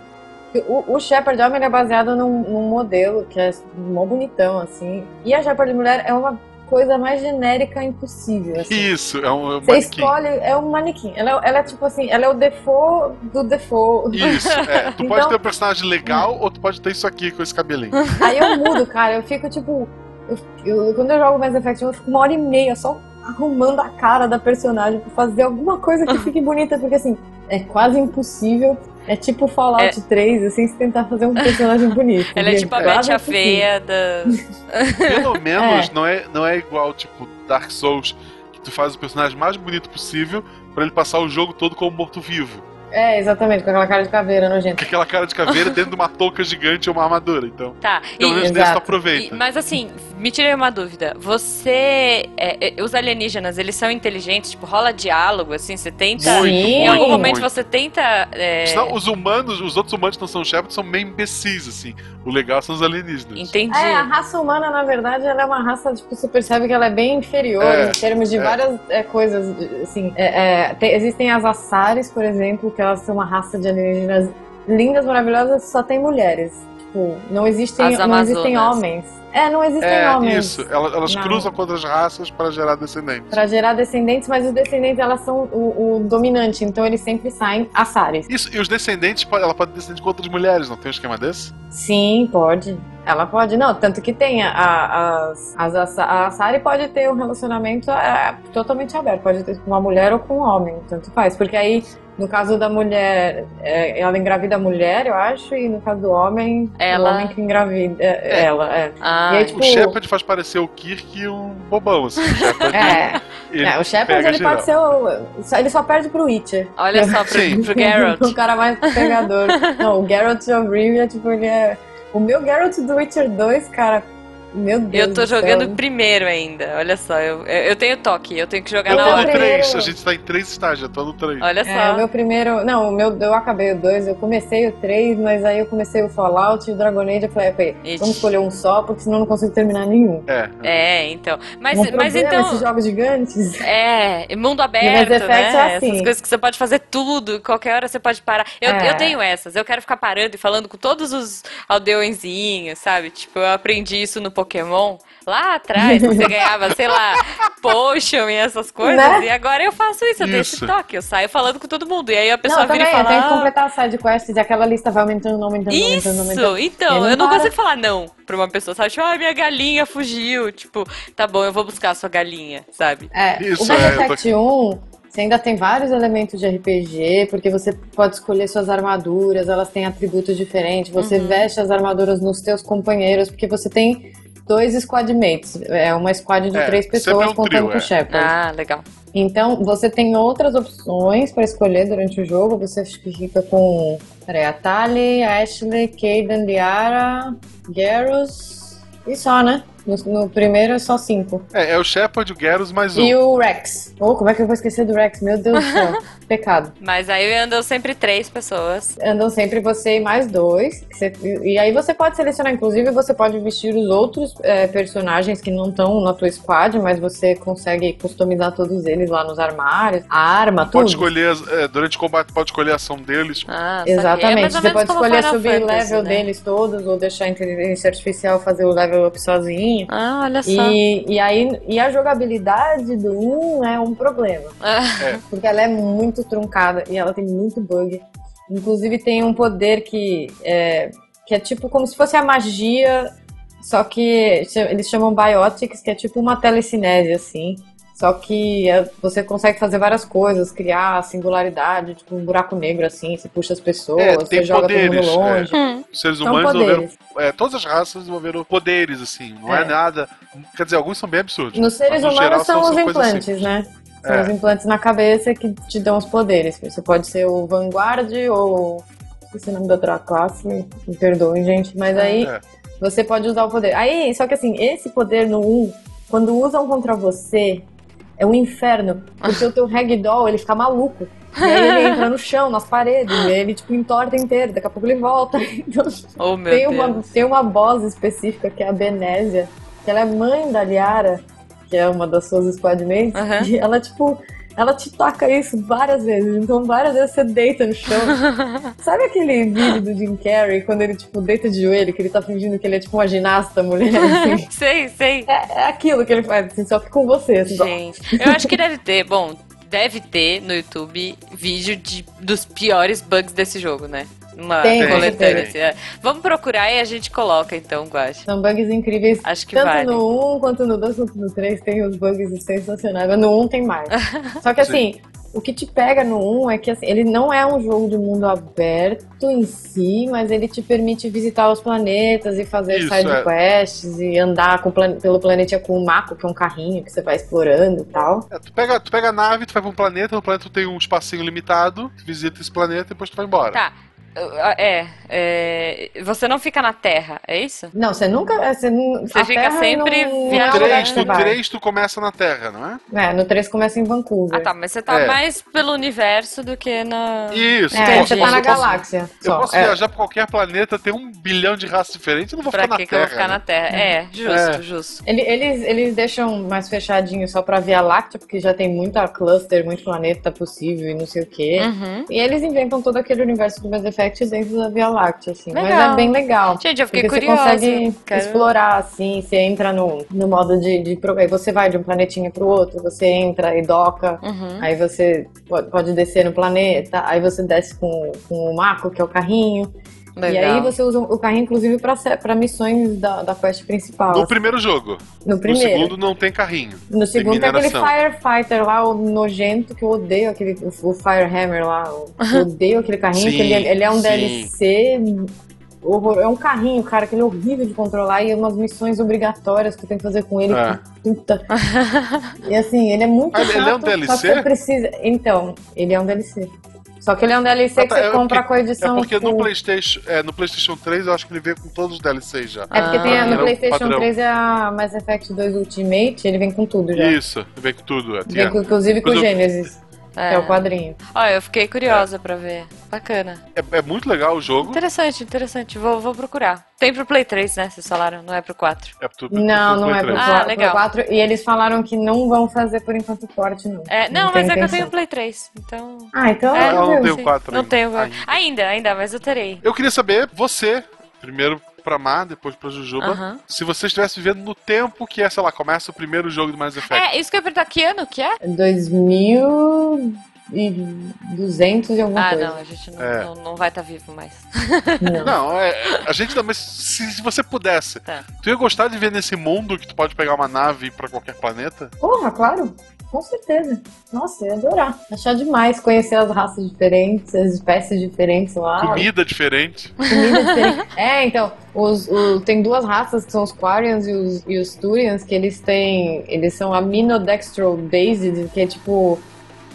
C: O, o Shepard homem ele é baseado num, num modelo que é mó bonitão, assim. E a Shepard mulher é uma coisa mais genérica impossível, assim.
B: Isso, é um, é um
C: Você
B: manequim.
C: escolhe, é um manequim. Ela, é- ela é tipo assim, ela é o default do default.
B: Isso, é. Tu pode
C: Então-
B: ter um personagem legal ou tu pode ter isso aqui com esse cabelinho.
C: Aí eu mudo, cara. Eu fico tipo. eu- eu- quando eu jogo Mass Effect, um, eu fico uma hora e meia só arrumando a cara da personagem pra fazer alguma coisa que fique bonita, porque assim, é quase impossível. É tipo Fallout 3, assim, se tentar fazer um personagem bonito.
A: Ela é
C: gente,
A: tipo a
C: quase
A: Betty a
C: impossível.
A: feia da. (laughs)
B: Pelo menos
C: É.
B: não, é, não é igual, tipo, Dark Souls, que tu faz o personagem mais bonito possível pra ele passar o jogo todo como morto-vivo.
C: É, exatamente, com aquela cara de caveira nojenta.
B: Com aquela cara
A: (laughs)
B: de caveira dentro de uma touca gigante ou uma armadura. Então,
A: Tá.
B: pelo menos
A: E,
B: desse tu
C: Exato.
A: e-
B: aproveita.
A: mas assim, me tirei uma dúvida. Você. é, é, os alienígenas, eles são inteligentes? Tipo, rola diálogo, assim? Você tenta.
C: Então,
B: Muito,
A: Em algum
B: muito,
A: momento
B: muito.
A: você tenta. é,
B: Senão, os humanos, os outros humanos que não são Shepard são meio imbecis, assim. O legal são os alienígenas.
A: Entendi.
C: É, a raça humana, na verdade, ela é uma raça, tipo, você percebe que ela é bem inferior
B: É,
C: em termos de
B: é.
C: várias é, coisas, de- assim, é, é, tem- existem as Assares, por exemplo, que elas são uma raça de alienígenas lindas, maravilhosas, só tem mulheres. Tipo, não existem,
A: As
C: não existem
A: Amazonas.
C: homens. É, não existem
B: É,
C: homens.
B: isso. Elas, elas
C: Não.
B: cruzam com outras raças para gerar descendentes.
C: Pra gerar descendentes, mas os descendentes, elas são o, o dominante, então eles sempre saem Assares.
B: Isso, e os descendentes, po- ela pode descender com outras mulheres, não tem um esquema desse?
C: Sim, pode. Ela pode, não, tanto que tem a, a- as, as, as- a Sari pode ter um relacionamento é, totalmente aberto, pode ter com uma mulher ou com um homem, tanto faz. Porque aí, no caso da mulher, é, ela engravida a mulher, eu acho, e no caso do homem,
A: Ela.
C: o homem que engravida é,
B: É.
C: ela. É,
A: Ah,
C: E aí,
B: O
C: Tipo-
B: Shepard faz parecer o Kirk um bobão, assim. O
C: (laughs)
B: Shepard,
C: é,
A: (laughs)
B: ele
C: é, o Shepard
B: pega
C: ele
B: geral.
C: pode ser o, só- ele só perde pro Witcher.
A: olha só pro,
B: Sim.
A: pro Garrett.
C: (laughs) o cara mais pegador. Não, o Geralt de Rivia, tipo, ele é. O meu Geralt do Witcher 2, cara. Meu Deus.
A: Eu tô
C: do céu.
A: jogando primeiro ainda. Olha só, eu, eu eu tenho toque, eu tenho que jogar
B: Eu
A: na
B: tô no
A: hora.
C: primeiro.
B: três, a gente tá em três estágios, eu tô no três.
A: Olha
C: É, o
A: só.
C: meu primeiro. Não, o meu, eu acabei o 2, eu comecei o 3, mas aí eu comecei o Fallout e o Dragon Age. Eu falei, ok,
A: Ixi.
C: vamos escolher um só, porque senão eu não consigo terminar nenhum.
B: É.
A: É, então. Mas,
C: Um
A: mas
C: problema,
A: então.
C: Esses jogos gigantes.
A: É, mundo
C: E
A: aberto,
C: Mass Effect
A: né?
C: é assim.
A: Essas coisas que você pode fazer tudo, qualquer hora você pode parar. Eu,
C: É.
A: eu tenho essas, eu quero ficar parando e falando com todos os aldeõezinhos, sabe? Tipo, eu aprendi isso no Pokémon. Lá atrás,
C: (laughs)
A: você ganhava, sei lá, potion e essas coisas.
C: Né?
A: E agora eu faço isso, eu tenho esse
B: Isso.
A: toque, eu saio falando com todo mundo. E aí a pessoa
C: não, também,
A: vira e
C: eu tenho que
A: fala. "Ah,
C: completar a sidequest e aquela lista vai aumentando, aumentando, aumentando, aumentando.
A: Isso! Então,
C: Ele não
A: eu não
C: para.
A: consigo falar não pra uma pessoa, sabe? Tipo, ah, minha galinha fugiu. Tipo, tá bom, eu vou buscar a sua galinha, sabe?
C: É,
B: Isso,
C: o Mass
B: é, eu tô
C: Effect 1, você ainda tem vários elementos de RPG, porque você pode escolher suas armaduras, elas têm atributos diferentes, você veste as armaduras nos seus companheiros, porque você tem dois squad mates, é uma squad de
B: É,
C: três
B: sempre
C: pessoas
B: é um
C: contando
B: trio,
C: com
B: é.
C: o Shepard.
A: Ah, legal.
C: Então, você tem outras opções pra escolher durante o jogo. Você fica com peraí, a Tali, a Ashley, Caden, Liara, Garrus e só, né? No, no primeiro é só cinco.
B: É, é o Shepard, o Garrus mais um.
C: E o Rex. Oh, como é que eu vou esquecer do Rex? Meu Deus do céu.
A: (laughs)
C: Pecado.
A: Mas aí andam sempre três pessoas.
C: Andam sempre você e mais dois. que você- e aí você pode selecionar, inclusive, você pode vestir os outros eh, personagens que não estão na tua squad, mas você consegue customizar todos eles lá nos armários. A arma, tudo.
B: Pode escolher, as- é, durante o combate, pode escolher a ação deles.
A: Ah, saquei. É mais
C: Exatamente.
A: ou
C: Você
A: menos
C: pode
A: como
C: escolher
A: Final
C: subir o
A: Fantasy,
C: level
A: né?
C: deles todos ou deixar a inteligência artificial fazer o level up sozinho.
A: Ah, olha só.
C: E, e aí e a jogabilidade do 1 é um problema.
A: Ah,
C: Porque ela é muito truncada e ela tem muito bug. Inclusive tem um poder que é, que é tipo como se fosse a magia, só que cha- eles chamam biotics, que é tipo uma telecinese, assim. Só que é, você consegue fazer várias coisas, criar singularidade, tipo um buraco negro assim, você puxa as pessoas,
B: É, tem
C: você joga
B: poderes, é.
C: todo mundo longe.
A: Hum.
B: Os seres
C: São
B: humanos desenvolveram.
C: poderes.
B: é, todas as raças desenvolveram poderes, assim. Não é,
C: É.
B: nada. Quer dizer, alguns são bem absurdos.
C: Nos seres
B: Mas, no
C: humanos
B: geral,
C: são,
B: são- são
C: os
B: coisas
C: implantes,
B: simples.
C: né? São
B: É.
C: os implantes na cabeça que te dão os poderes. Você pode ser o Vanguard ou. Esqueci o nome da outra classe, me perdoe, gente. Mas aí
B: É.
C: você pode usar o poder. Aí, só que assim, esse poder no 1, quando usam contra você, é um inferno. Porque o teu ragdoll, ele fica maluco. E aí ele entra no chão, nas paredes, e aí ele tipo entorta inteiro, daqui a pouco ele volta. (laughs) Então,
A: (laughs) Oh, meu
C: tem
A: Deus.
C: uma, tem uma boss específica que é a Benésia, que ela é mãe da Liara, que é uma das suas squadmates,
A: Aham.
C: e ela, tipo, ela te toca isso várias vezes. Então, várias vezes você deita
A: (laughs)
C: no chão. Sabe aquele vídeo do Jim Carrey, quando ele, tipo, deita de joelho, que ele tá fingindo que ele é, tipo, uma ginasta mulher,
A: (laughs)
C: assim?
A: Sei, sei.
C: É, é aquilo que ele faz, assim, só que com você. assim, só-
A: Gente, eu acho que deve ter, bom, deve ter no YouTube vídeo de, dos piores bugs desse jogo, né? Uma
C: Tem,
B: com
A: coletânea.
B: certeza.
A: assim, é. Vamos procurar e a gente coloca então, Guache.
C: São bugs incríveis.
A: Acho que
C: Tanto
A: vale.
C: no 1, quanto no 2, quanto no 3 tem os bugs sensacionais. Mas no 1 tem
A: (laughs)
C: mais. Só que assim, o que te pega no 1 é que assim, ele não é um jogo de mundo aberto em si, mas ele te permite visitar os planetas e fazer
B: Isso,
C: side
B: é.
C: quests e andar com o plane- pelo planeta com o Mako, que é um carrinho que você vai explorando e tal.
B: É, tu, pega, tu pega a nave, tu vai pra um planeta, no planeta tu tem um espacinho limitado, tu visita esse planeta e depois tu vai embora.
A: Tá. É, é, você não fica na Terra, é isso?
C: Não, você nunca. é, Você, não-
A: Você
C: a
A: fica
C: Terra
A: sempre
C: não, não é o
A: viajando.
C: lugar
B: Três,
C: que você
B: no
C: vai.
B: 3 tu começa na Terra, não é?
C: É, no 3 começa em Vancouver.
A: Ah, tá, mas você tá
B: É.
A: mais pelo universo do que na.
B: Isso,
C: É,
A: Entendi.
B: posso-
C: você tá
B: posso-
C: na
B: eu posso-
C: galáxia.
B: Eu
C: só,
B: posso
C: é.
B: viajar pra qualquer planeta, ter um bilhão de raças diferentes, eu não vou
A: Pra
B: ficar
A: que
B: na
A: que eu vou
B: Terra.
A: ficar na
B: né?
A: Terra? É, justo, justo.
C: Ele- Eles, eles deixam mais fechadinho só pra Via Láctea, porque já tem muita cluster, muito planeta possível e não sei o quê.
A: Uhum.
C: E eles inventam todo aquele universo do Mass Effect dentro da Via Láctea, assim.
A: Legal.
C: Mas é bem legal. tipo,
A: Gente, eu fiquei
C: Porque você
A: curiosa.
C: consegue
A: Quero-
C: explorar, assim, você entra no, no modo de, de... pro- Aí você vai de um planetinha pro outro, você entra e doca,
A: Uhum.
C: aí você po- pode descer no planeta, aí você desce com, com o Mako, que é o carrinho. E
A: Legal.
C: aí você usa o carrinho, inclusive, pra, se- pra missões da, da quest principal.
B: No
C: assim.
B: primeiro jogo.
C: No
B: No
C: primeiro.
B: segundo não tem carrinho.
C: No segundo tem aquele
B: mineração.
C: Firefighter lá, o nojento, que eu odeio aquele o, o Firehammer lá. Eu odeio aquele carrinho,
B: Sim,
C: que ele, ele é um
B: sim.
C: DLC. horror- é um carrinho, cara, que ele é horrível de controlar e umas missões obrigatórias que tu tem que fazer com ele.
B: É.
C: que Puta. E assim, ele é muito
B: Ah, ele-
C: chato.
B: ele é um
C: Só que
B: DLC?
C: você precisa. Então, ele é um DLC. Só que ele é um DLC
B: Ah,
C: que
B: tá,
C: você
B: é
C: compra com a
B: É
C: edição.
B: porque no
C: full.
B: PlayStation, é, no PlayStation 3 eu acho que ele veio com todos os DLCs já.
C: É porque tem a-
B: Ah,
C: no
B: é o
C: PlayStation
B: padrão.
C: 3 é a Mass Effect 2 Ultimate, ele vem com tudo já.
B: Isso, vem com tudo. É,
C: Vem
B: tinha-
C: É. com- inclusive com o
B: Quando eu-
C: Gênesis, que (laughs) é o quadrinho.
A: Olha, eu fiquei curiosa pra ver. Bacana.
B: é- é muito legal o jogo.
A: Interessante, interessante. Vou, vou procurar. Tem pro Play 3, né? Vocês falaram, não é pro 4.
B: É pro- pro-
C: Não,
B: pro
C: não é
B: Play
C: pro,
B: 3.
A: Ah,
C: quatro-
A: legal.
C: pro 4. E eles falaram que não vão fazer por enquanto corte, não.
A: É, não,
C: tem
A: mas é que eu
C: intenção.
A: tenho Play 3, então.
C: Ah, então.
A: É,
B: Ah, ela não
C: meu
B: tem
C: Deus.
B: o 4
A: Não
B: ainda.
A: tenho. Ainda.
B: Ainda.
A: ainda, mas eu terei.
B: Eu queria saber, você, primeiro pra Mar, depois pra Jujuba,
A: Aham.
B: se você estivesse vivendo no tempo que é, sei lá, começa o primeiro jogo do Mass Effect.
A: É, isso que eu ia perguntar, que ano que é?
C: 2.200 e alguma
A: ah,
C: coisa.
A: não, a gente não,
B: É.
A: não, não vai estar vivo mais. (laughs)
C: Não.
B: Não, é, a gente também, se, se você pudesse,
A: Tá.
B: tu ia gostar de ver nesse mundo que tu pode pegar uma nave e ir pra qualquer planeta?
C: Porra, claro. Com certeza. Nossa, eu ia adorar. Achar demais conhecer as raças diferentes, as espécies diferentes
A: Ah.
C: lá.
B: Comida diferente.
A: Então,
C: Comida diferente. (laughs) É, então, os, o- tem duas raças, que são os Quarians e os, e os Turians, que eles têm. Eles são aminodextrobased, que é tipo.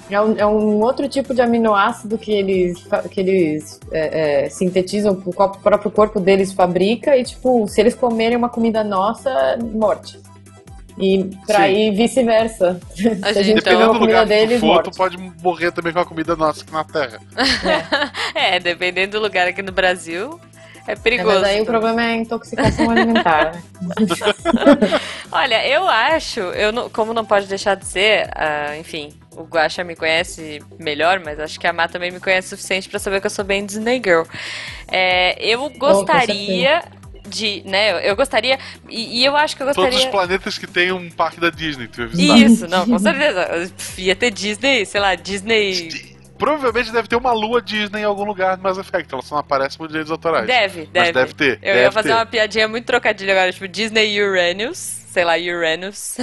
C: É um, é um outro tipo de aminoácido que eles, fa- que eles é, é, sintetizam, o co- próprio corpo deles fabrica, e tipo, se eles comerem uma comida nossa, morte. E pra
B: Sim.
C: aí vice-versa. (laughs) se a
A: gente-
C: gente comer
B: Dependendo
C: uma
B: do lugar
C: comida
B: que
C: deles,
B: tu for, tu
C: morte.
B: pode morrer também com a comida nossa aqui na Terra.
A: É, dependendo do lugar aqui no Brasil, é
C: É,
A: perigoso.
C: mas aí o problema é a intoxicação alimentar, né?
B: (laughs)
A: Olha, eu acho, eu não- como não pode deixar de ser, ah, enfim, o Guaxa me conhece melhor, mas acho que a Má também me conhece o suficiente pra saber que eu sou bem Disney Girl. É, eu gostaria de, né, eu, eu gostaria, e, e eu acho que eu
B: Todos os
A: gostaria...
B: planetas que tem um parque da Disney, tu ia visitar.
A: Isso, não, com certeza. Pff, Ia ter Disney, sei lá, Disney
B: Provavelmente deve ter uma lua Disney em algum lugar do Mass Effect. então Ela só não aparece por direitos autorais.
A: Deve,
B: Mas
A: deve.
B: deve ter.
A: Eu
B: deve
A: ia fazer
B: ter.
A: uma piadinha muito trocadilha agora, tipo Disney Uranus, sei lá,
C: (laughs)
A: Uranus.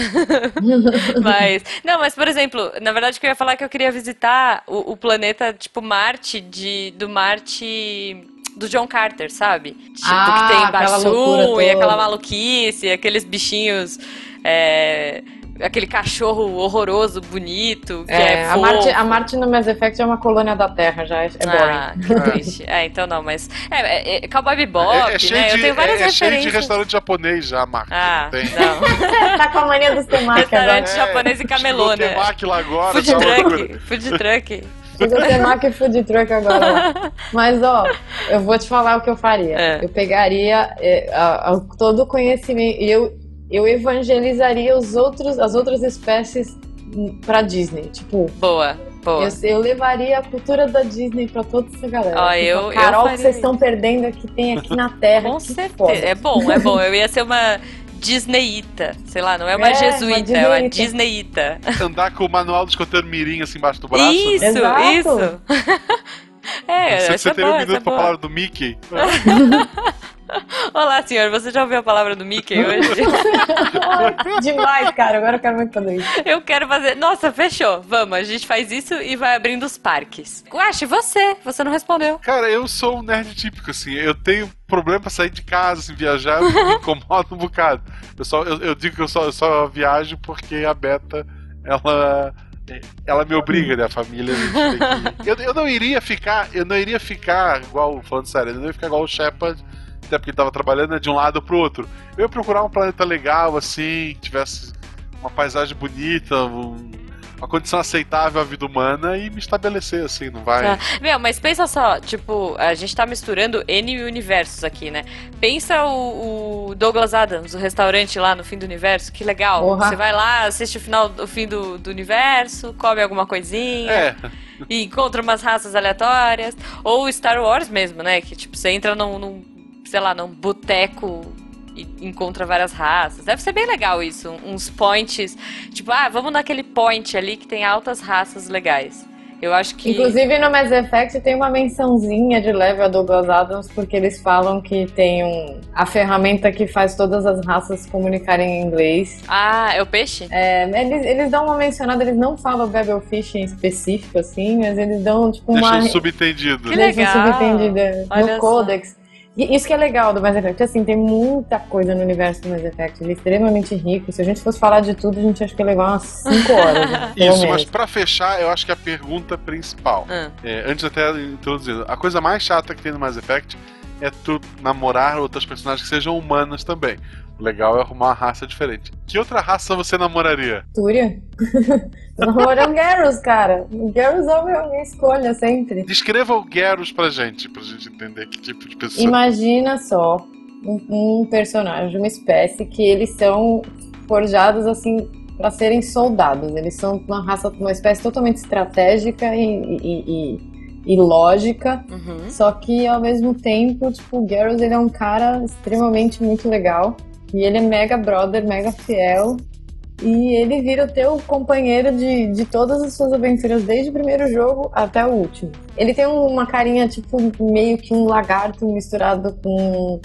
A: mas, não, mas por exemplo, na verdade o que eu ia falar é que eu queria visitar o, o planeta, tipo Marte, de, do Marte do John Carter, sabe? Tipo,
C: Ah,
A: que tem
C: aquela loucura
A: Basu
C: toda.
A: e aquela maluquice, aqueles bichinhos. é, aquele cachorro horroroso, bonito, que é,
C: É, a,
A: fofo.
C: Marte, a Marte no Mass Effect é uma colônia da Terra, já é, é boring.
A: Ah, que triste. É, então não, mas. É, é, é Cowboy Bebop,
B: É, é cheio
A: né?
B: de,
A: Eu tenho várias
B: é- é cheio de
A: referências.
B: restaurante japonês já, Marco.
A: Ah,
B: Tem. (laughs)
A: não.
C: (laughs) tá com a mania dos né? temakis agora.
A: Restaurante
B: é.
A: japonês e camelô, né?
B: Tem temaki lá agora.
A: Food
B: tá uma loucura.
A: truck, food truck.
C: Chegou temaki e food truck
A: (laughs)
C: agora. lá. Mas, ó, eu vou te falar o que eu faria.
A: É.
C: Eu pegaria é, a- a- todo o conhecimento e eu, eu evangelizaria os outros, as outras espécies hum, pra Disney. Tipo,
A: Boa, boa.
C: eu, eu levaria a cultura da Disney pra toda essa galera.
A: Ó,
C: Tipo,
A: eu-
C: a
A: eu
C: Carol,
A: faria
C: que vocês
A: isso.
C: estão perdendo aqui, tem aqui na Terra.
A: (laughs) Com
C: que
A: certeza.
C: foda.
A: É bom, é bom. Eu ia ser uma Disneyita. Sei lá, não é uma
C: É, uma
A: jesuíta, é uma Disneyita.
B: Andar com o manual do escoteiro mirim assim embaixo do braço.
A: Isso,
C: Exato.
A: isso. (laughs) É,
B: Você,
A: essa
B: você
A: é
B: tem
A: boa,
B: um
A: essa é
B: minuto pra
A: boa.
B: palavra do Mickey?
A: Olá, senhor, você já ouviu a palavra do Mickey
B: (laughs)
A: hoje? (laughs)
C: Ai, (laughs) Demais, cara. Agora eu quero muito fazer isso.
A: Eu quero fazer. Nossa, fechou. Vamos, a gente faz isso e vai abrindo os parques. Guache, você? Você não respondeu.
B: Cara, eu sou um nerd típico, assim. Eu tenho problema pra sair de casa, assim, viajar, eu me incomodo um bocado. Eu, só, eu, eu digo que eu só, eu só viajo porque a Beta, ela. Ela me obriga, né? A família. a gente tem que- Eu, eu não iria ficar. Eu não iria ficar igual. Falando sério, eu não ia ficar igual o Shepard, até porque ele tava trabalhando né, de um lado pro outro. Eu ia procurar um planeta legal, assim, que tivesse uma paisagem bonita, um- uma condição aceitável à vida humana e me estabelecer, assim, não vai.
A: Tá. Meu, mas pensa só, tipo, a gente tá misturando N universos aqui, né? Pensa o, o Douglas Adams, o restaurante lá no fim do universo, que legal.
C: Porra.
A: Você vai lá, assiste o final, o fim do, do universo, come alguma coisinha
B: É,
A: e encontra umas raças aleatórias. Ou Star Wars mesmo, né? Que tipo, você entra num, num, sei lá, num boteco e encontra várias raças. Deve ser bem legal isso, um- uns points. Tipo, ah, vamos naquele point ali que tem altas raças legais. Eu acho que.
C: Inclusive no Mass Effect tem uma mençãozinha de leve a Douglas Adams, porque eles falam que tem um, a ferramenta que faz todas as raças se comunicarem em inglês.
A: Ah, é o peixe?
C: É, eles, eles dão uma mencionada, eles não falam Babelfish em específico, assim, mas eles dão tipo uma
B: deixando subentendido.
A: Que
C: menção
A: legal.
C: subentendida
A: Olha
C: no
A: só.
C: Codex. E isso que é legal do Mass Effect, assim, tem muita coisa no universo do Mass Effect, ele é extremamente rico. Se a gente fosse falar de tudo, a gente acha que ia levar umas 5 horas. né, pelo
B: (laughs) Isso, mas
C: menos.
B: pra fechar, eu acho que é a pergunta principal.
A: Ah.
B: É, antes até introduzindo, a coisa mais chata que tem no Mass Effect é tu namorar outras personagens que sejam humanas também. O legal é arrumar uma raça diferente. Que outra raça você namoraria?
C: Túria? (laughs) Tô namorando Garrus, cara. O Garrus é a minha- minha escolha sempre.
B: Descreva o Gerus pra gente, pra gente entender que tipo de pessoa.
C: Imagina só um, um personagem, uma espécie que eles são forjados assim para serem soldados. Eles são uma raça, uma espécie totalmente estratégica e, e- e- e lógica.
A: Uhum.
C: Só que ao mesmo tempo, tipo, o Garrus ele é um cara extremamente muito legal. E ele é mega brother, mega fiel. E ele vira o teu companheiro de, de todas as suas aventuras, desde o primeiro jogo até o último. Ele tem uma carinha, tipo, meio que um lagarto misturado com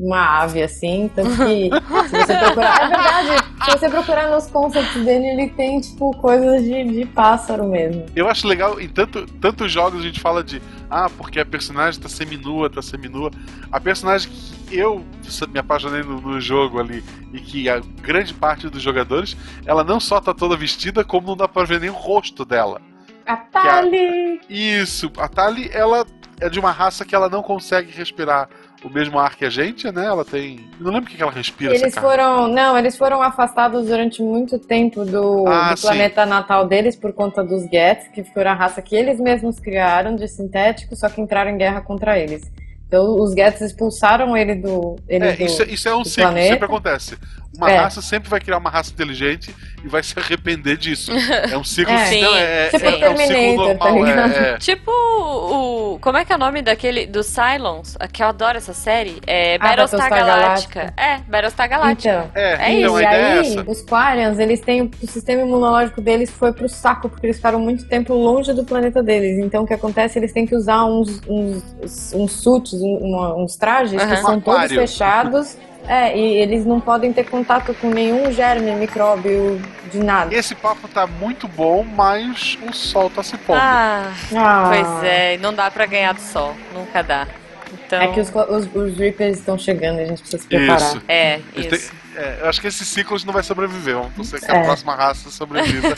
C: uma ave, assim. Tanto que, se você procurar. É verdade, se você procurar nos concepts dele, ele tem, tipo, coisas de, de pássaro mesmo.
B: Eu acho legal, em tanto, tantos jogos a gente fala de ah, porque a personagem tá seminua, tá seminua. A personagem que eu me apaixonei no, no jogo ali e que a grande parte dos jogadores, ela não só tá toda vestida, como não dá pra ver nem o rosto dela.
C: A Tali!
B: Isso, a Tali, ela é de uma raça que ela não consegue respirar o mesmo ar que a gente, né? Ela tem. eu Não lembro o que que ela respira
C: Eles
B: essa cara.
C: foram, não, eles foram afastados durante muito tempo do,
B: Ah,
C: do
B: sim.
C: planeta natal deles por conta dos Gets, que foram a raça que eles mesmos criaram de sintético, só que entraram em guerra contra eles. Então os Gets expulsaram ele do, eles
B: É,
C: do-
B: isso, isso é um
C: do
B: ciclo,
C: planeta.
B: sempre acontece. Uma
C: É.
B: raça sempre vai criar uma raça inteligente e vai se arrepender
C: (laughs)
B: disso. É um ciclo.
A: É.
B: não, é,
C: Tipo
B: é- é um ciclo
C: Terminator, tá
B: normal.
C: ligado?
B: é, é.
A: Tipo o. Como é que é o nome daquele. Do Cylons, que eu adoro essa série? É
C: Ah,
A: Battlestar
C: Battlestar
A: Galáctica. É, Battlestar Galáctica.
C: Então,
B: É,
A: É
B: então
C: e
B: a ideia é
C: aí,
B: essa.
C: os Quarians, eles têm o sistema imunológico deles foi pro saco, porque eles ficaram muito tempo longe do planeta deles. Então o que acontece? Eles têm que usar uns, uns, uns suits, um- uma- uns trajes
A: Aham.
C: que são
B: Um
C: todos
B: aquário.
C: fechados. É, e eles não podem ter contato com nenhum germe, micróbio, de nada.
B: Esse papo tá muito bom, mas o sol tá se pondo.
A: Ah,
C: Ah.
A: pois é, não dá pra ganhar do sol. Nunca dá. Então.
C: É que os, os, os Reapers estão chegando e a gente precisa se preparar.
B: Isso.
A: É,
B: Eles
A: isso.
B: É, eu acho que esse ciclo a gente não vai sobreviver. Vamos torcer que
C: É.
B: a próxima raça
C: (laughs)
B: sobreviva.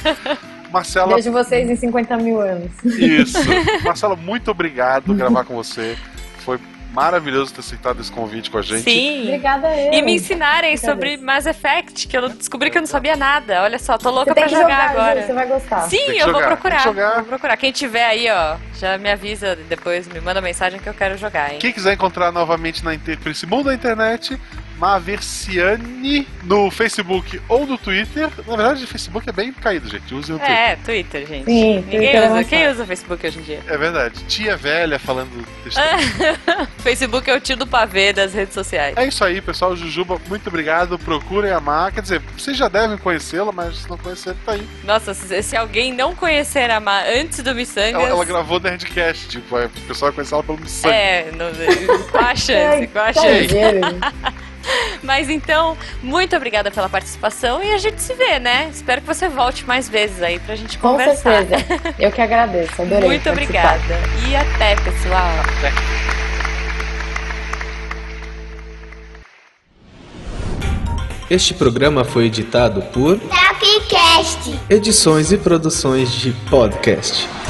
B: Marcela,
C: Vejo vocês em 50 mil anos.
B: isso.
C: (laughs)
B: Marcela, muito obrigado por gravar com você. Foi maravilhoso ter aceitado esse convite com a gente.
A: Sim.
C: Obrigada a eu.
A: E me ensinarem sobre
C: Agradeço.
A: Mass Effect, que eu descobri que eu não sabia nada. Olha só, tô
C: Você
A: louca
C: tem
A: pra
C: que
A: jogar,
C: jogar, Ju,
A: agora.
C: você vai gostar.
A: Sim,
B: Tem que
A: eu vou
B: jogar, tem que
A: procurar.
B: jogar.
A: Vou procurar. Quem tiver aí, ó, já me avisa depois, me manda mensagem que eu quero jogar, hein?
B: Quem quiser encontrar novamente na inter... por esse mundo da internet, Maversiane no Facebook ou no Twitter. Na verdade, o Facebook é bem caído, gente. Use o Twitter.
A: É, Twitter, gente.
C: Sim,
A: Ninguém
C: Twitter é
A: usa.
C: avançado.
A: Quem usa Facebook hoje em dia?
B: É verdade. Tia velha falando besteira.
A: Facebook é o tio do pavê das redes sociais.
B: É isso aí, pessoal. Jujuba, muito obrigado. Procurem a Mar. Quer dizer, vocês já devem conhecê-la, mas se não conhecerem, tá aí.
A: Nossa, se se alguém não conhecer a Ma antes do Missangas...
B: Ela, ela gravou Nerdcast, tipo, é, o pessoal vai conhecer ela pelo Missangas.
A: É, não, qual
C: (laughs)
A: a chance,
C: Ai,
A: qual a
C: tá
A: chance.
C: ligeiro, gente.
A: Mas então, muito obrigada pela participação e a gente se vê, né? Espero que você volte mais vezes aí pra gente
C: Com
A: conversar.
C: certeza.
A: (laughs)
C: Eu que agradeço, adorei.
A: Muito
C: participar.
A: obrigada. E até, pessoal.
F: Este programa foi editado por
G: Tapcast.
F: Edições e Produções de Podcast.